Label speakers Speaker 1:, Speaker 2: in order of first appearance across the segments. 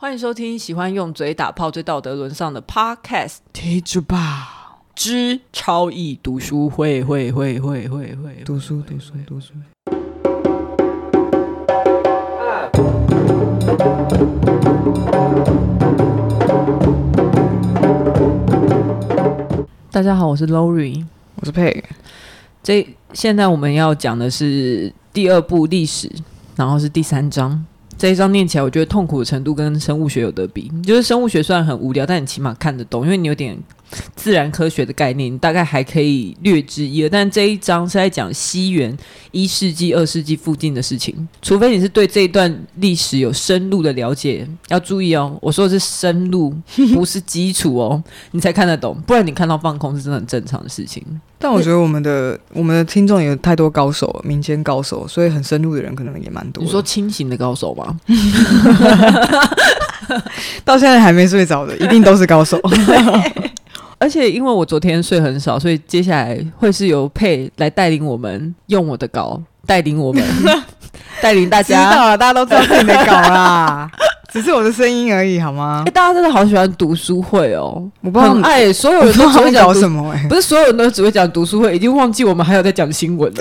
Speaker 1: 欢迎收听喜欢用嘴打炮、最道德沦丧的 Podcast，听着吧之超易读书会会会会会会
Speaker 2: 读书读书读书。
Speaker 1: 大家好，我是 Lori。
Speaker 2: 我是佩，
Speaker 1: 这现在我们要讲的是第二部历史，然后是第三章。这一章念起来，我觉得痛苦的程度跟生物学有得比。就是生物学虽然很无聊，但你起码看得懂，因为你有点自然科学的概念，你大概还可以略知一二。但这一章是在讲西元一世纪、二世纪附近的事情，除非你是对这一段历史有深入的了解。要注意哦，我说的是深入，不是基础哦，你才看得懂。不然你看到放空是真的很正常的事情。
Speaker 2: 但我觉得我们的我们的听众有太多高手了，民间高手，所以很深入的人可能也蛮多的。
Speaker 1: 你说清醒的高手吗？
Speaker 2: 到现在还没睡着的，一定都是高 手。
Speaker 1: 而且因为我昨天睡很少，所以接下来会是由佩来带领我们用我的稿，带领 我们，带领大
Speaker 2: 知
Speaker 1: 家。
Speaker 2: 道了，大家都 知道自己没搞啦，只是我的声音而已，好吗
Speaker 1: 哎、？大家真的好喜欢读书会哦，
Speaker 2: 我不知道
Speaker 1: 很爱、所有
Speaker 2: 我不
Speaker 1: 人
Speaker 2: 知道
Speaker 1: 都只
Speaker 2: 他
Speaker 1: 会
Speaker 2: 们
Speaker 1: 讲
Speaker 2: 搞
Speaker 1: 读
Speaker 2: 什么哎、
Speaker 1: 不是所有人都只会讲读书会，已经忘记我们还有在讲新闻 了。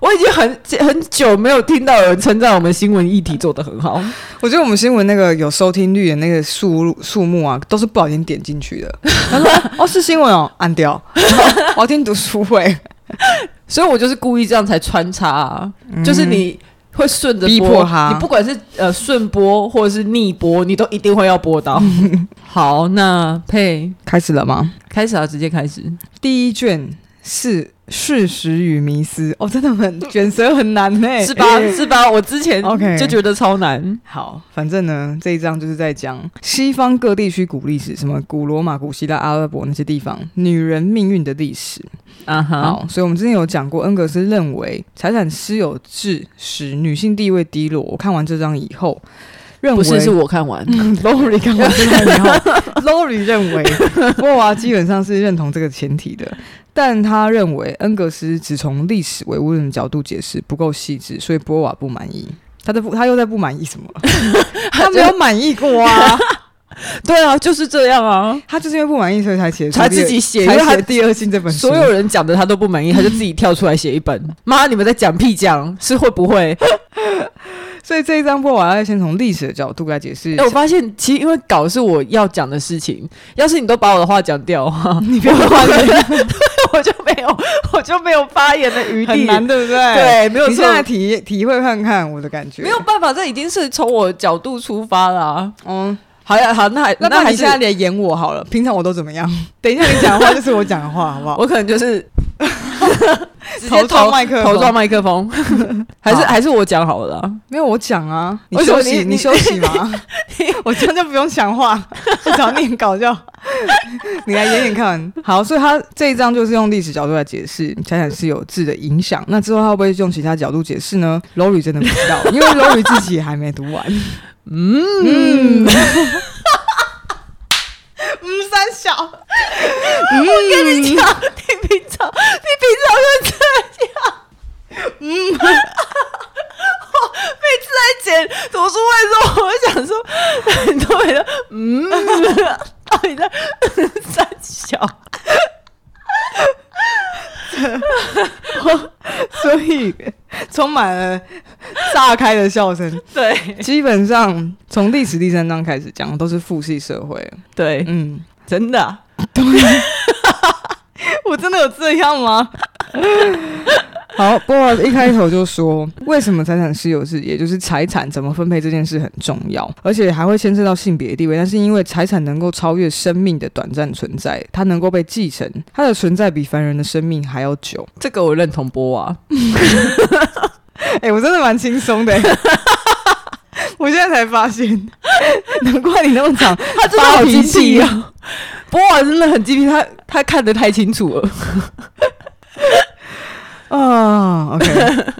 Speaker 1: 我已经很很久没有听到有人称赞我们新闻议题做得很好。
Speaker 2: 我觉得我们新闻那个有收听率的那个数数目啊，都是不小心点进去的。 他说：“哦，是新闻哦，按掉。 我要听读书会，
Speaker 1: 所以我就是故意这样才穿插、啊，就是你会顺着
Speaker 2: 嗯逼
Speaker 1: 播
Speaker 2: 迫他
Speaker 1: 你不管是呃顺播或者是逆播，你都一定会要播 到。好，那佩
Speaker 2: 开始了吗？
Speaker 1: 开始啊，直接开始。
Speaker 2: 第一卷是事实与迷思。哦，真的很卷舌很难欸呢、
Speaker 1: 是吧？是吧？我之前
Speaker 2: 哎 OK
Speaker 1: 就觉得超难。
Speaker 2: 好，反正呢，这一章就是在讲西方各地区古历史，什么古罗马、古希腊、阿拉伯那些地方女人命运的历史。
Speaker 1: 啊哈，
Speaker 2: 好，所以我们之前有讲过，恩格斯认为财产私有制使女性地位低落。我看完这章以后，认为
Speaker 1: 不是，是我看完。
Speaker 2: 嗯 Lori 看完这章以后 ，Lori 认为波娃基本上是认同这个前提的，但他认为恩格斯只从历史唯物论的角度解释不够细致，所以波娃不满意。他的不，他又在不满 意什么？他没有满意过啊，
Speaker 1: 对啊，就是这样啊。
Speaker 2: 他就是因为不满意，所以才写出
Speaker 1: 他
Speaker 2: 第二
Speaker 1: 自己写，因
Speaker 2: 才
Speaker 1: 为他
Speaker 2: 写第二性这本书。
Speaker 1: 所有人讲的他都不 满意，他就自己跳出来写一本。妈，你们在讲屁讲，是会不会？
Speaker 2: 所以这一章波娃要先从历史的角度来解释。
Speaker 1: 哎、 我发现其实因为稿是我要讲的事情，要是你都把我的话讲掉的话， 你
Speaker 2: 不要
Speaker 1: 话我就没有，我就没有发言的余地。
Speaker 2: 很难，对不对？
Speaker 1: 对，没有
Speaker 2: 你
Speaker 1: 错
Speaker 2: 现，在体体会看看我的感觉。
Speaker 1: 没有，办法，这已经是从我角度出发了啊、
Speaker 2: 嗯，
Speaker 1: 好呀，好，那还
Speaker 2: 那
Speaker 1: 还
Speaker 2: 那
Speaker 1: 是
Speaker 2: 你现在来演我好了。平常我都怎么样？ 等一下你讲的话就是我讲的话，好不好？
Speaker 1: 我可能就是 直接
Speaker 2: 头撞麦克风
Speaker 1: 头撞麦克风， 还是还是我讲好了啦。
Speaker 2: 没有，我讲啊。你
Speaker 1: 为什么
Speaker 2: 休息，
Speaker 1: 你
Speaker 2: 你
Speaker 1: 你
Speaker 2: 休息 嘛。我这样就不用讲话， 去找念稿就好。 你来演演看。好，所以他这一章就是用历史角度来解释财产私有制的影响。那之后他会不会用其他角度解释呢？Lori 真的不知道，因为 Lori 自己也还没读完。 嗯。嗯， 三小。
Speaker 1: 我跟你讲，
Speaker 2: 嗯
Speaker 1: 你平常你平常就这样。嗯，我每次在剪读书会的时候，我就想说，很多人都嗯，到底在三小？
Speaker 2: 所以充满了炸开的笑声。
Speaker 1: 对
Speaker 2: 基本上从历史第三章开始讲，都是父系社会。
Speaker 1: 对，
Speaker 2: 嗯，
Speaker 1: 真的啊、
Speaker 2: 我真的有这样吗？好，波娃一开头就说，为什么财产私有制，也就是财产怎么分配这件事很重要，而且还会牵涉到性别地位。但是因为财产能够超越生命的短暂存在，它能够被继承，它的存在比凡人的生命还要久。
Speaker 1: 这个我认同波啊。
Speaker 2: 哎、我真的蛮轻松的、 我现在才发 现，难怪你那么长，
Speaker 1: 他真的好机器啊！波娃真的很机器，他他看得太清楚了。
Speaker 2: 啊、o k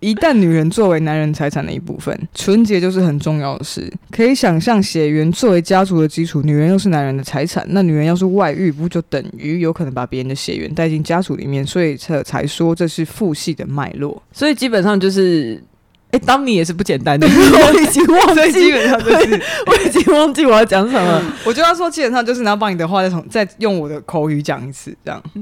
Speaker 2: 一旦女人作为男人财产的一部分，纯洁就是很重要的事。可以想象，血缘作为家族的基础，女人又是男人的财产，那女人要是外遇，不就等于有可能把别人的血缘带进家族里面？所以才才说这是父系的脉络。
Speaker 1: 所以基本上就是哎，当你也是不简单的，我已 经忘
Speaker 2: 所以基
Speaker 1: 记，
Speaker 2: 本上就是，
Speaker 1: 我已经忘记我要讲什么了。
Speaker 2: 我就要说，基本上就是，然后把你的话再从再用我的口语讲一次，这样。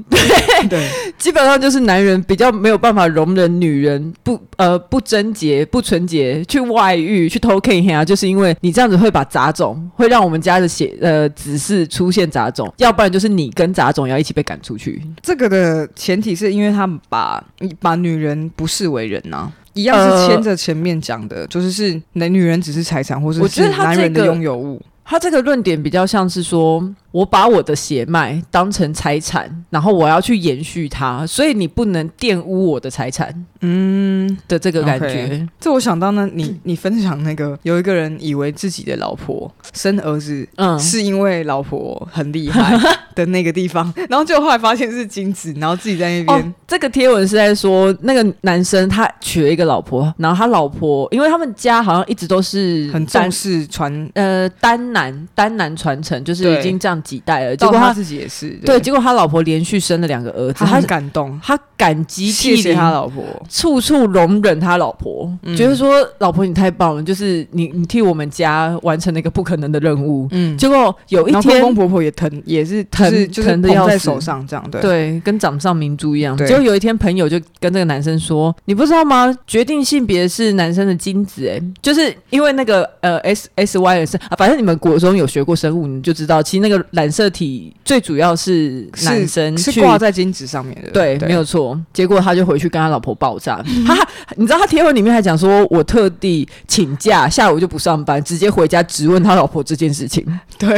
Speaker 2: 对，
Speaker 1: 基本上就是男人比较没有办法容忍女人不呃不贞洁、不纯洁，去外遇、去偷 K 啊，就是因为你这样子会把杂种，会让我们家的血呃子嗣出现杂 种，要不然就是你跟杂种要一起被赶出去。
Speaker 2: 这个的前提是因为他们把把女人不视为人呐、一样是牵着前面讲的，就是是男女人只是财产，或是
Speaker 1: 我觉得
Speaker 2: 是
Speaker 1: 他
Speaker 2: 男人
Speaker 1: 这
Speaker 2: 的
Speaker 1: 个
Speaker 2: 拥有物。
Speaker 1: 他这个论点比较像是说，我把我的血脉当成财产，然后我要去延续它，所以你不能玷污我的财产
Speaker 2: 嗯，
Speaker 1: 的这个感觉。
Speaker 2: 这我想到呢，你
Speaker 1: 嗯
Speaker 2: 你分享那个有一个人以为自己的老婆生儿子。
Speaker 1: 嗯，
Speaker 2: 是因为老婆很厉害的那个 地方，然后就后来发现是精子，然后自己在那边、
Speaker 1: 哦，这个贴文是在说那个男生他娶了一个老婆，然后他老婆因为他们家好像一直都是
Speaker 2: 很
Speaker 1: 单
Speaker 2: 重视传，
Speaker 1: 呃单男单男传承，就是
Speaker 2: 对
Speaker 1: 已经这样几代了，结
Speaker 2: 结
Speaker 1: 果
Speaker 2: 果他
Speaker 1: 他
Speaker 2: 自己也是
Speaker 1: 对，结果他老婆连续生了两个儿子，
Speaker 2: 他
Speaker 1: 他
Speaker 2: 很感动，
Speaker 1: 他感激
Speaker 2: 谢
Speaker 1: 涕
Speaker 2: 谢
Speaker 1: 零。
Speaker 2: 他老婆，
Speaker 1: 处处容忍他老婆，
Speaker 2: 嗯
Speaker 1: 觉得说老婆你太棒了，就是你你替我们家完成了一个不可能的任务。
Speaker 2: 嗯，
Speaker 1: 结果有一
Speaker 2: 然后
Speaker 1: 天
Speaker 2: 公公婆婆也疼，也是
Speaker 1: 疼
Speaker 2: 就是就是
Speaker 1: 疼得
Speaker 2: 捧
Speaker 1: 要
Speaker 2: 在
Speaker 1: 死
Speaker 2: 手上这样，对，
Speaker 1: 对，跟掌上明珠一样。
Speaker 2: 对
Speaker 1: 结果有一天，朋友就跟这个男生说：“你不知道吗？决定性别是男生的精子、欸，就是因为那个呃 S S Y 的是啊，反正你们国中有学过生物，你就知道，其实那个染色体最主要是
Speaker 2: 是
Speaker 1: 男生去
Speaker 2: 是挂在金纸上面的，
Speaker 1: 对，没有错。结果他就回去跟他老婆爆炸。他 你知道他贴文里面还讲说，我特地请假，下午就不上班，直接回家质问他老婆这件事情。
Speaker 2: 对。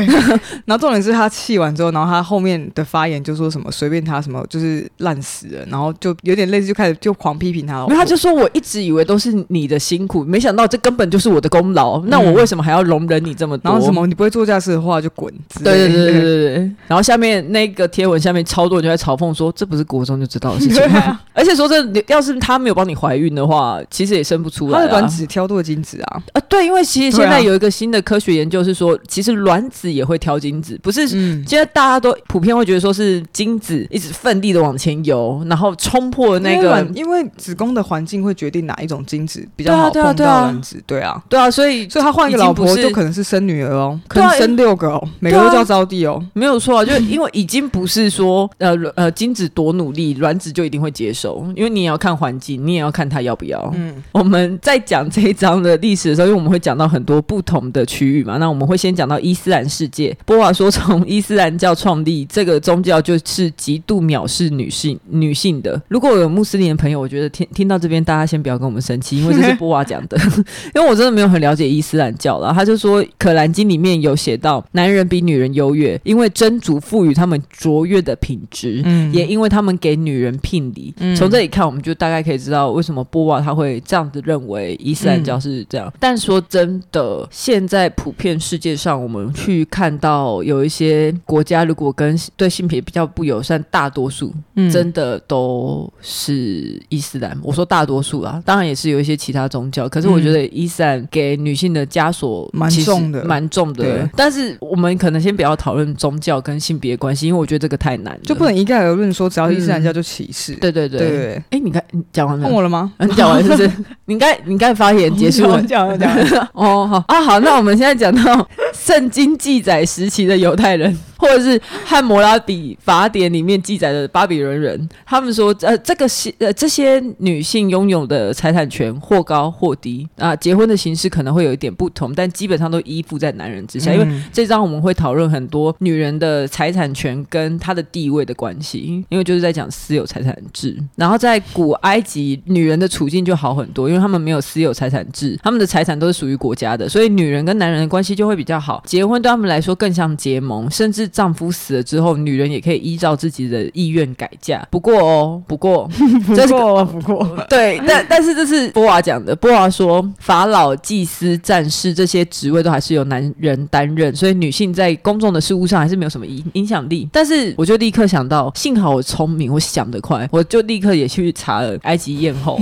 Speaker 2: 然后重点是他气完之后，然后他后面的发言就说什么随便他什么就是烂死了，然后就有点类似就开始就狂批评他老
Speaker 1: 因为
Speaker 2: 婆，
Speaker 1: 他就说我一直以为都是你的辛苦，没想到这根本就是我的功劳。那我为什么还要容忍你这么多？
Speaker 2: 然后什？么你不会做家事的话就滚之类
Speaker 1: 对
Speaker 2: 的，
Speaker 1: 对对对对对。然后下面那个贴文下面超多人就在嘲讽说，这不是国中就知 道的事 情
Speaker 2: 对
Speaker 1: 吗？
Speaker 2: 啊
Speaker 1: 而且说这要是他没有帮你怀孕的话，其实也生不出来、
Speaker 2: 他
Speaker 1: 啊。
Speaker 2: 的卵子挑多金子啊，
Speaker 1: 啊，对，因为其实
Speaker 2: 对
Speaker 1: 现
Speaker 2: 啊
Speaker 1: 在有一个新的科学研究是说，其实卵子也会挑精子，不是。
Speaker 2: 嗯，
Speaker 1: 现在大家都普遍会觉得说是精子一直奋力的往前游，然后冲破那
Speaker 2: 因为
Speaker 1: 个
Speaker 2: 卵因为子宫的环境会决定哪一种精子比较
Speaker 1: 对啊
Speaker 2: 好
Speaker 1: 对啊
Speaker 2: 碰
Speaker 1: 对啊
Speaker 2: 到卵子，对啊。
Speaker 1: 对啊，所以
Speaker 2: 所以他换一个
Speaker 1: 已经
Speaker 2: 老
Speaker 1: 不
Speaker 2: 婆
Speaker 1: 是
Speaker 2: 就可能是生女儿哦，可
Speaker 1: 对啊
Speaker 2: 能生六个哦，每个
Speaker 1: 对啊
Speaker 2: 都叫招娣哦。
Speaker 1: 没有错啊，就是因为已经不是说呃卵呃精子多努力，卵子就一定会接受，因为你也要看环境，你也要看他要不要。
Speaker 2: 嗯，
Speaker 1: 我们在讲这一章的历史的时候，因为我们会讲到很多不同的区域嘛，那我们会先讲到伊斯兰世界。波瓦说，从伊斯兰教创立，这个宗教就是极度藐视女性女性的。如果有穆斯林的朋友，我觉得听听到这边，大家先不要跟我们生气，因为这是波瓦讲的， 因为我真的没有很了解伊斯兰教啦。他就说，《可兰经》里面有写到，男人比女人优越，因为真主赋予他们卓越的品质。
Speaker 2: 嗯
Speaker 1: 也因为他们给女人聘礼，
Speaker 2: 嗯
Speaker 1: 从、这里看，我们就大概可以知道为什么波瓦他会这样子认为伊斯
Speaker 2: 嗯
Speaker 1: 兰教是这样。但说真的，现在普遍世界上，我们去看到有一些国家，如果跟对性别比较不友善，大多数
Speaker 2: 嗯
Speaker 1: 真的都是伊斯兰。我说大多数啊，当然也是有一些其他宗教，可是我觉得伊斯兰给女性的枷锁
Speaker 2: 嗯蛮
Speaker 1: 其实
Speaker 2: 重的
Speaker 1: 蛮重的
Speaker 2: 对。
Speaker 1: 但是我们可能先不要讨论宗教跟性别关系，因为我觉得这个太难了，
Speaker 2: 就不能一概而论说只要伊斯兰教就歧视。
Speaker 1: 嗯对对对
Speaker 2: 对对，
Speaker 1: 哎，你看，你讲完了
Speaker 2: 问，我了吗？
Speaker 1: 啊你讲完了是不是？你该你该发言嗯结束
Speaker 2: 我
Speaker 1: 了。
Speaker 2: 讲了讲了。
Speaker 1: 哦，好啊，好，那我们现在讲到 圣经记载时期的犹太人，或者是汉谟拉比法典里面记载的巴比伦人，他们说，呃，这个是呃这些女性拥有的财产权或高或低啊，结婚的形式可能会有一点不同，但基本上都依附在男人之下，因为
Speaker 2: 嗯
Speaker 1: 这章我们会讨论很多女人的财产权跟她的地位的关系，因为就是在讲私有财产制。然后在古埃及，女人的处境就好很多，因为他们没有私有财产制，他们的财产都是属于国家的，所以女人跟男人的关系就会比较好。结婚对他们来说更像结盟，甚至丈夫死了之后，女人也可以依照自己的意愿改嫁。不过哦，不过这是
Speaker 2: 不过不过，
Speaker 1: 对，但但是这是波娃讲的。波娃说，法老、祭司、战士这些职位都还是由男人担任，所以女性在公众的事务上还是没有什么影影响力。但是我就立刻想到，幸好我聪明，我想得快，我就立刻也去查了埃及艳后。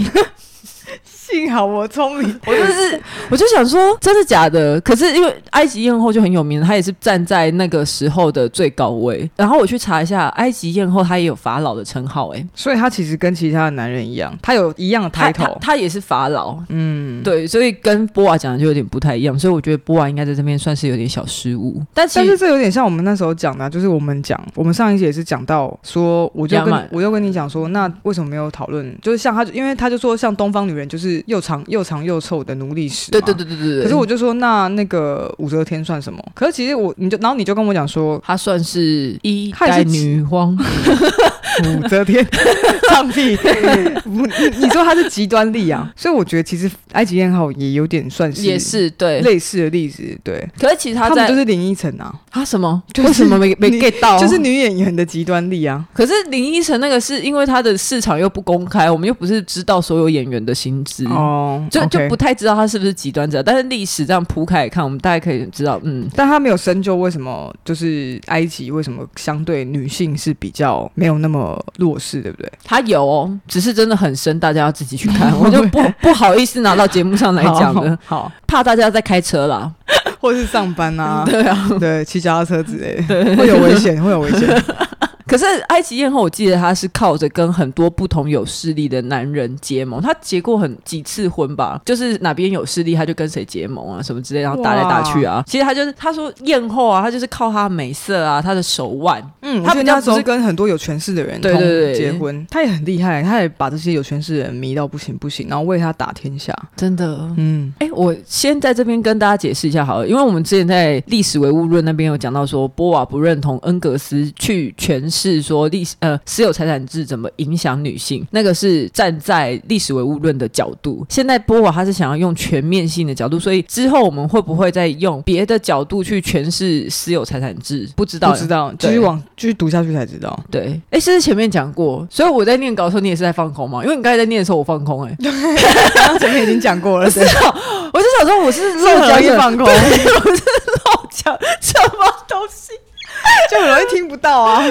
Speaker 2: 幸好我聪明，
Speaker 1: 我就是，我就想说，真的假的？可是因为埃及艳后就很有名，她也是站在那个时候的最高位。然后我去查一下，埃及艳后她也有法老的称号、欸，哎，
Speaker 2: 所以他其实跟其他的男人一样，他有一样的
Speaker 1: 她她
Speaker 2: title。
Speaker 1: 她也是法老，
Speaker 2: 嗯，
Speaker 1: 对，所以跟波娃讲的就有点不太一样。所以我觉得波娃应该在这边算是有点小失误，但其
Speaker 2: 但是
Speaker 1: 实
Speaker 2: 这有点像我们那时候讲的啊、就是我们讲，我们上一集也是讲到说，我就
Speaker 1: 亚马
Speaker 2: 跟我就跟你讲说，那为什么没有讨论？就是像他，因为他就说像东方女人就是又长又长又臭的奴隶史，
Speaker 1: 对对。对对对对。
Speaker 2: 可是我就说，那那个武则天算什么？可是其实我，你就然后你就跟我讲说，
Speaker 1: 她算是一
Speaker 2: 她
Speaker 1: 代
Speaker 2: 也是
Speaker 1: 女皇，
Speaker 2: 武则天 放 屁，不你你说她是极端力啊，所以我觉得其实埃及艳后也有点算是
Speaker 1: 也是对。
Speaker 2: 类似的例子，对，
Speaker 1: 可是其实她
Speaker 2: 他
Speaker 1: 在
Speaker 2: 们就是林依晨啊，
Speaker 1: 啊什么？
Speaker 2: 就是
Speaker 1: 为什么没没
Speaker 2: 你
Speaker 1: get 到？
Speaker 2: 就是女演员的极端力啊，
Speaker 1: 可是林依晨那个是因为她的市场又不公开，我们又不是知道所有演员的薪资。
Speaker 2: 哦，
Speaker 1: 嗯就
Speaker 2: OK
Speaker 1: 就不太知道她是不是极端者，但是历史这样铺开来看，我们大概可以知道，嗯，
Speaker 2: 但他没有深究为什么，就是埃及为什么相对女性是比较没有那么弱势，对不对？
Speaker 1: 她有哦，只是真的很深，大家要自己去 看，我就不不好意思拿到节目上来讲的，
Speaker 2: 好，
Speaker 1: 怕大家在开车啦，
Speaker 2: 或是上班啊，
Speaker 1: 对啊。
Speaker 2: 对，骑脚踏车之类的，会有危险，会有危险。
Speaker 1: 可是埃及艳后，我记得她是靠着跟很多不同有势力的男人结盟，她结过很几次婚吧，就是哪边有势力，她就跟谁结盟啊，什么之类，然后打来打去啊。其实她就是，她说艳后啊，她就是靠她美色啊，她的手腕，
Speaker 2: 嗯，
Speaker 1: 他
Speaker 2: 他们
Speaker 1: 比较
Speaker 2: 那时
Speaker 1: 不
Speaker 2: 候
Speaker 1: 是
Speaker 2: 跟很多有权势的人
Speaker 1: 对对对
Speaker 2: 同结婚，他也很厉害，他也把这些有权势的人迷到不行不行，然后为他打天下。
Speaker 1: 真的。
Speaker 2: 嗯，
Speaker 1: 哎，我先在这边跟大家解释一下好了，因为我们之前在历史唯物论那边有讲到说，波瓦不认同恩格斯去诠释说历史呃私有财产制怎么影响女性，那个是站在历史唯物论的角度。现在波瓦他是想要用全面性的角度，所以之后我们会不会再用别的角度去诠释私有财产制？不知道，
Speaker 2: 不知道，继
Speaker 1: 对
Speaker 2: 续往继续读下去才知 道。
Speaker 1: 对，哎，是不是前面讲过？所以我在念稿的时候，你也是在放空吗？因为你刚才在念的时候，我放空、诶哎，
Speaker 2: 刚刚啊前面已经讲过了， 是
Speaker 1: 我就想说我是漏
Speaker 2: 漏
Speaker 1: 讲
Speaker 2: 脚一
Speaker 1: 一放，
Speaker 2: 放空，
Speaker 1: 我是漏讲什么东西。
Speaker 2: 就很容易听不到 啊，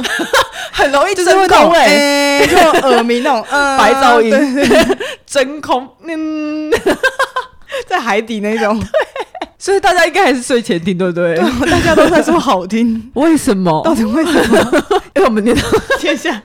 Speaker 1: 很容易
Speaker 2: 就是会
Speaker 1: 真
Speaker 2: 那种
Speaker 1: 空哎、啊
Speaker 2: 欸，就耳鸣 那种，嗯，
Speaker 1: 白噪
Speaker 2: 对
Speaker 1: 音， 真空，嗯，
Speaker 2: 在海底那 种，
Speaker 1: 所以大家应该还是睡前听，对不对？
Speaker 2: 大家都在说好听，
Speaker 1: 为什么？
Speaker 2: 到底为什么？
Speaker 1: 因为我们念到
Speaker 2: 接下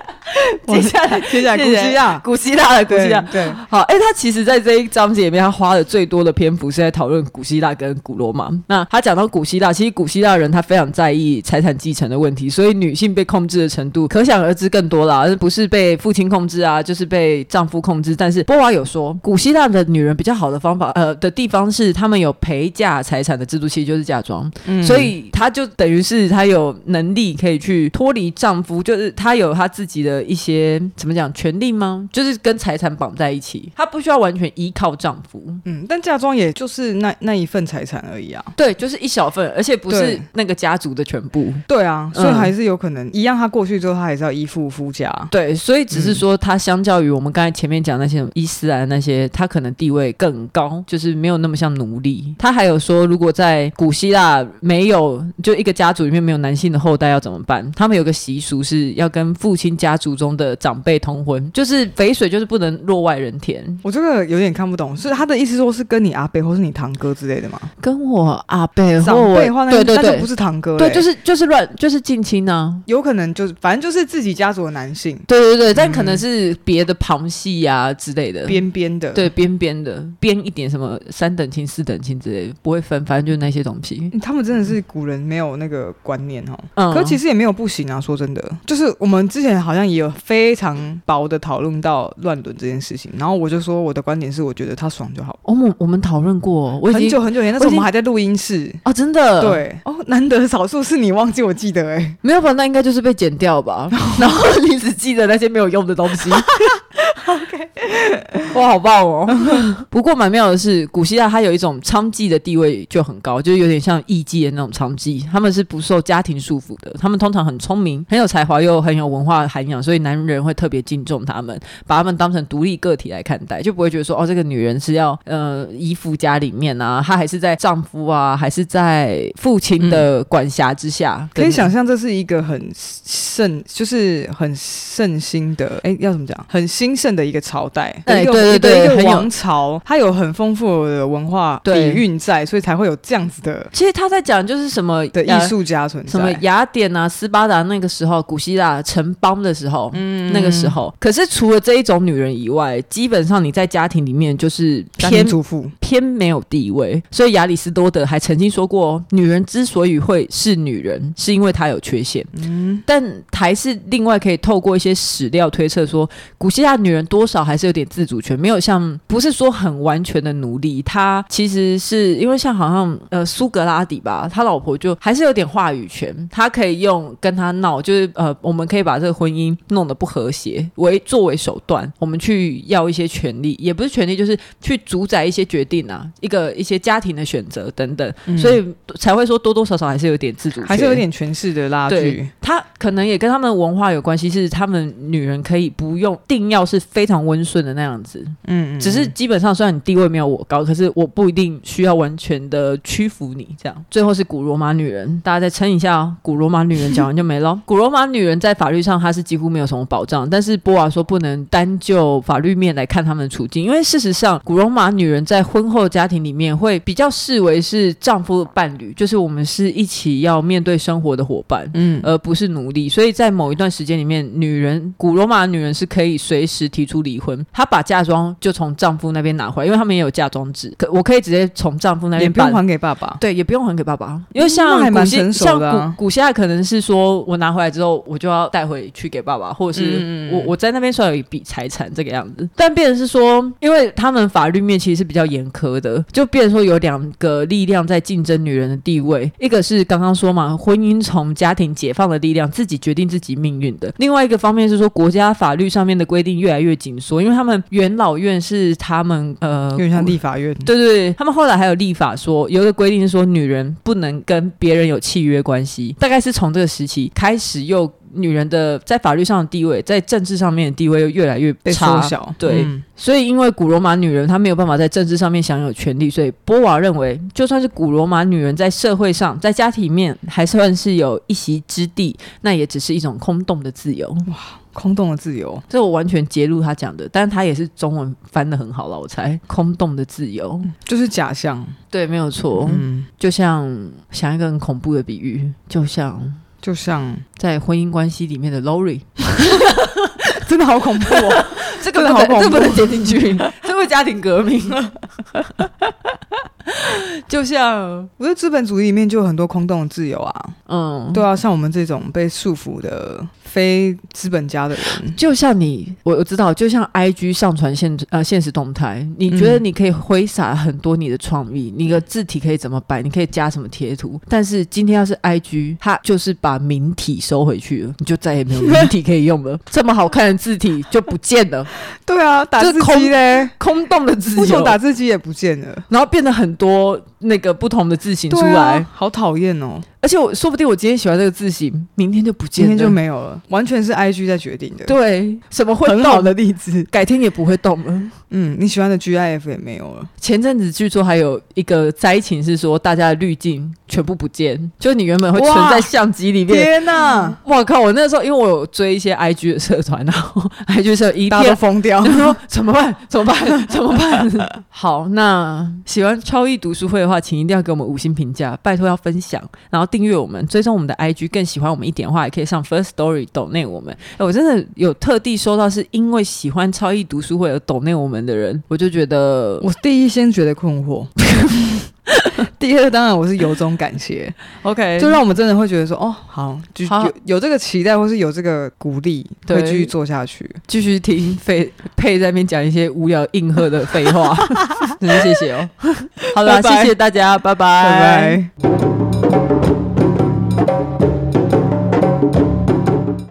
Speaker 2: 来，
Speaker 1: 接下来，
Speaker 2: 接下来，古希腊，
Speaker 1: 古希腊的古希
Speaker 2: 对
Speaker 1: 腊。
Speaker 2: 对，
Speaker 1: 好，哎、他其实在这一章节里面，他花的最多的篇幅是在讨论古希腊跟古罗马。那他讲到古希腊，其实古希腊人他非常在意财产继承的问题，所以女性被控制的程度可想而知更多啦，而不是被父亲控制啊，就是被丈夫控制。但是波娃有说，古希腊的女人比较好的方法，呃的地方是他们有陪嫁财产的制度，其实就是嫁妆。
Speaker 2: 嗯
Speaker 1: 所以她就等于是她有能力可以去脱离丈夫，就是她有她自己的一些怎么讲权利吗？就是跟财产绑在一起，她不需要完全依靠丈夫。
Speaker 2: 嗯，但嫁妆也就是那那一份财产而已啊。
Speaker 1: 对，就是一小份，而且不是
Speaker 2: 对
Speaker 1: 那个家族的全部。
Speaker 2: 对啊，所以
Speaker 1: 嗯
Speaker 2: 还是有可能一样。他过去之后，他还是要依附夫家。
Speaker 1: 对，所以只是说，她相较于我们刚才前面讲那些什么伊斯兰那些，她可能地位更高，就是没有那么像奴隶。她还有说，如果在古希腊没有就一个家族里面没有男性的后代要怎么办？他们有个习俗是要跟父亲家族中的长辈通婚，就是肥水就是不能落外人田。
Speaker 2: 我这个有点看不懂，是他的意思说是跟你阿伯或是你堂哥之类的吗？
Speaker 1: 跟我阿伯呃
Speaker 2: 长
Speaker 1: 或我
Speaker 2: 辈的话，那
Speaker 1: 对对
Speaker 2: 那就不
Speaker 1: 对，
Speaker 2: 是堂哥嘞，
Speaker 1: 对就是就是乱就是近亲啊。
Speaker 2: 有可能就是反正就是自己家族的男性
Speaker 1: 对对对，但可能是别的旁系呀、啊、之类的，
Speaker 2: 边边的。
Speaker 1: 对边边的边一点什么三等亲、四等亲之类的，不会分，反正就是那些东西。
Speaker 2: 嗯，他们真的是古人没有那个观念哦。
Speaker 1: 嗯，
Speaker 2: 可其
Speaker 1: 实
Speaker 2: 实也没有不行啊，说真的，就是我们之前好像也有非常薄的讨论到乱伦这件事情，然后我就说我的观点是，我觉得他爽就好。
Speaker 1: 哦我们我们讨论过，哦我已
Speaker 2: 很
Speaker 1: 经
Speaker 2: 久很久以前，那
Speaker 1: 我
Speaker 2: 时
Speaker 1: 已
Speaker 2: 候我
Speaker 1: 经
Speaker 2: 们还在录音室。
Speaker 1: 啊，真的，
Speaker 2: 对哦，难得少数是你忘记，我记得哎、
Speaker 1: 没有吧？那应该就是被剪掉吧。然后你只记得那些没有用的东西。OK，哇，好棒哦！不过蛮妙的是，古希腊它有一种娼妓的地位就很高，就是有点像艺妓的那种娼妓，他们是不受家庭束缚的，他们通常很聪明、很有才华又很有文化涵养，所以男人会特别敬重他们，把他们当成独立个体来看待，就不会觉得说哦，这个女人是要呃依附家里面啊，她还是在丈夫啊，还是在 父亲的管辖之下。
Speaker 2: 可
Speaker 1: 等
Speaker 2: 以
Speaker 1: 等
Speaker 2: 想象这是一个很盛，就是很盛心的，哎、要怎么讲？很兴盛的一个朝代，
Speaker 1: 哎
Speaker 2: 一个
Speaker 1: 对对对
Speaker 2: 一个一
Speaker 1: 很
Speaker 2: 个
Speaker 1: 有
Speaker 2: 王朝，它有很丰富的文化底
Speaker 1: 对
Speaker 2: 蕴在，所以才会有这样子的
Speaker 1: 其实他在讲就是什么
Speaker 2: 的
Speaker 1: 呃
Speaker 2: 艺术家存在。
Speaker 1: 什么雅典啊、斯巴达那个时候，古希腊城邦的时候，
Speaker 2: 嗯
Speaker 1: 那个时候。可是除了这一种女人以外，基本上你在家庭里面就是
Speaker 2: 家庭
Speaker 1: 偏
Speaker 2: 主妇，
Speaker 1: 偏没有地位。所以亚里士多德还曾经说过，女人之所以会是女人，是因为她有缺陷。
Speaker 2: 嗯，
Speaker 1: 但还是另外可以透过一些史料推测说，古希腊女人多少还是有点自主权，没有像不是说很完全的奴隶。她其实是因为像好像呃苏格拉底吧，他老婆就还是有点话语权，他可以用跟他闹，就是呃我们可以把这个婚姻弄得不和谐为作为手段，我们去要一些权利，也不是权利，就是去主宰一些决定啊，一个一些家庭的选择等等，所以才会说多多少少还是有点自主权，
Speaker 2: 还是有点权势的拉锯
Speaker 1: 对。他可能也跟他们的文化有关系，是他们女人可以不用定要是非常温顺的那样子，
Speaker 2: 嗯，嗯
Speaker 1: 只是基本上虽然你地位没有我高，可是我不一定需要完全的屈服你这样。最后是古罗马女人，大家再撑一下哦。古罗马女人讲完就没了。古罗马女人在法律上她是几乎没有什么保障，但是波娃说不能单就法律面来看他们的处境，因为事实上古罗马女人在婚后家庭里面会比较视为是丈夫的伴侣，就是我们是一起要面对生活的伙伴。
Speaker 2: 嗯
Speaker 1: 而不是奴隶。所以在某一段时间里面，女人古罗马的女人是可以随时提出离婚，她把嫁妆就从丈夫那边拿回来，因为他们也有嫁妆制，可我可以直接从丈夫那
Speaker 2: 也
Speaker 1: 边
Speaker 2: 不用
Speaker 1: 办。
Speaker 2: 还给爸爸。
Speaker 1: 对，也不用还给爸爸，因为
Speaker 2: 那
Speaker 1: 像
Speaker 2: 还
Speaker 1: 古
Speaker 2: 蛮
Speaker 1: 希
Speaker 2: 成熟
Speaker 1: 像
Speaker 2: 的啊
Speaker 1: 古古希腊可能是说我拿回来之后，我就要带回去给爸爸，或者是
Speaker 2: 嗯嗯嗯
Speaker 1: 我我在那边算有一笔财产这个样子。但变成是说，因为他们法律面其实是比较严苛的，就变成说有两个力量在竞争女人的地位，一个是刚刚说嘛，婚姻从家庭解放的力量，自己决定自己命运的；另外一个方面是说，国家法律上面的规定越来越紧缩，因为他们元老院是他们呃，
Speaker 2: 有点像立法院，
Speaker 1: 对对对，他们后来还有立法说，有一个规定是说，女人不能跟别人有契约关系。大概是从这个时期开始，又女人的在法律上的地位，在政治上面的地位又越来越
Speaker 2: 被缩
Speaker 1: 差。
Speaker 2: 小。
Speaker 1: 对
Speaker 2: 嗯
Speaker 1: 所以，因为古罗马女人她没有办法在政治上面享有权利，所以波娃认为，就算是古罗马女人在社会上、在家庭里面还算是有一席之地，那也只是一种空洞的自由。
Speaker 2: 空洞的自由，
Speaker 1: 这我完全揭露他讲的，但是他也是中文翻的很好了，我猜空洞的自由。
Speaker 2: 就是假象。
Speaker 1: 对，没有错。
Speaker 2: 嗯，
Speaker 1: 就像想一个很恐怖的比喻，就像
Speaker 2: 就像
Speaker 1: 在婚姻关系里面的 Lori，
Speaker 2: 真的好恐怖哦。
Speaker 1: 这
Speaker 2: 个
Speaker 1: 个
Speaker 2: 不
Speaker 1: 不
Speaker 2: 能
Speaker 1: 能，
Speaker 2: 这
Speaker 1: 这
Speaker 2: 不
Speaker 1: 不
Speaker 2: 能
Speaker 1: 能接进去，这会家庭革命。 就像，
Speaker 2: 我觉得资本主义里面就有很多空洞的自由啊。
Speaker 1: 嗯，
Speaker 2: 对啊，像我们这种被束缚的非资本家的人，
Speaker 1: 就像你，我我知道，就像 I G 上传现呃现实动态，你觉
Speaker 2: 嗯
Speaker 1: 得你可以挥洒很多你的创意，你的字体可以怎么摆，你可以加什么贴图，但是今天要是 I G，它就是把明体收回去了，你就再也没有明体可以用了，这么好看的字体就不见 了，
Speaker 2: 对啊，打
Speaker 1: 就
Speaker 2: 字
Speaker 1: 是空
Speaker 2: 机嘞，
Speaker 1: 空洞的自
Speaker 2: 为什
Speaker 1: 由
Speaker 2: 么，打字机也不见了？
Speaker 1: 然后变得很多那个不同的字形出
Speaker 2: 对
Speaker 1: 来，
Speaker 2: 啊，好讨厌哦！
Speaker 1: 而且我说不定我今天喜欢这个字形，明天就不见
Speaker 2: 今
Speaker 1: 了，
Speaker 2: 天就没有了，完全是 IG 在决定的。
Speaker 1: 对什么会
Speaker 2: 很好
Speaker 1: 动，
Speaker 2: 的例子。
Speaker 1: 改天也不会动了。
Speaker 2: 嗯，你喜欢的 GIF 也没有了。
Speaker 1: 前阵子据说还有一个灾情是说，大家的滤镜全部不见，就是你原本会存
Speaker 2: 哇
Speaker 1: 在相机里面。
Speaker 2: 天哪，
Speaker 1: 我靠！我那时候因为我有追一些 IG 的社团，然后 IG 社一
Speaker 2: 大家都
Speaker 1: 片，
Speaker 2: 疯掉。
Speaker 1: 然后怎么办？ 怎么办？怎么办？ 好，那喜欢超易读书会的话，请一定要给我们五星评价，拜托要分享，然后订阅我们，追踪我们的 IG。更喜欢我们一点的话，也可以上 First Story 抖内我们。哎我真的有特地收到，是因为喜欢超易读书会而抖内我们的人，我就觉得
Speaker 2: 我第一先觉得困惑， 第二当然我是由衷感谢，
Speaker 1: OK，
Speaker 2: 就让我们真的会觉得说，哦，好，就
Speaker 1: 好
Speaker 2: 有有这个期待，或是有这个鼓励，
Speaker 1: 对
Speaker 2: 会继续做下去。
Speaker 1: 继续听费佩在那边讲一些无聊应和的废话，真的谢谢哦。好了，
Speaker 2: 拜拜
Speaker 1: 谢谢大家，拜拜，
Speaker 2: 拜拜。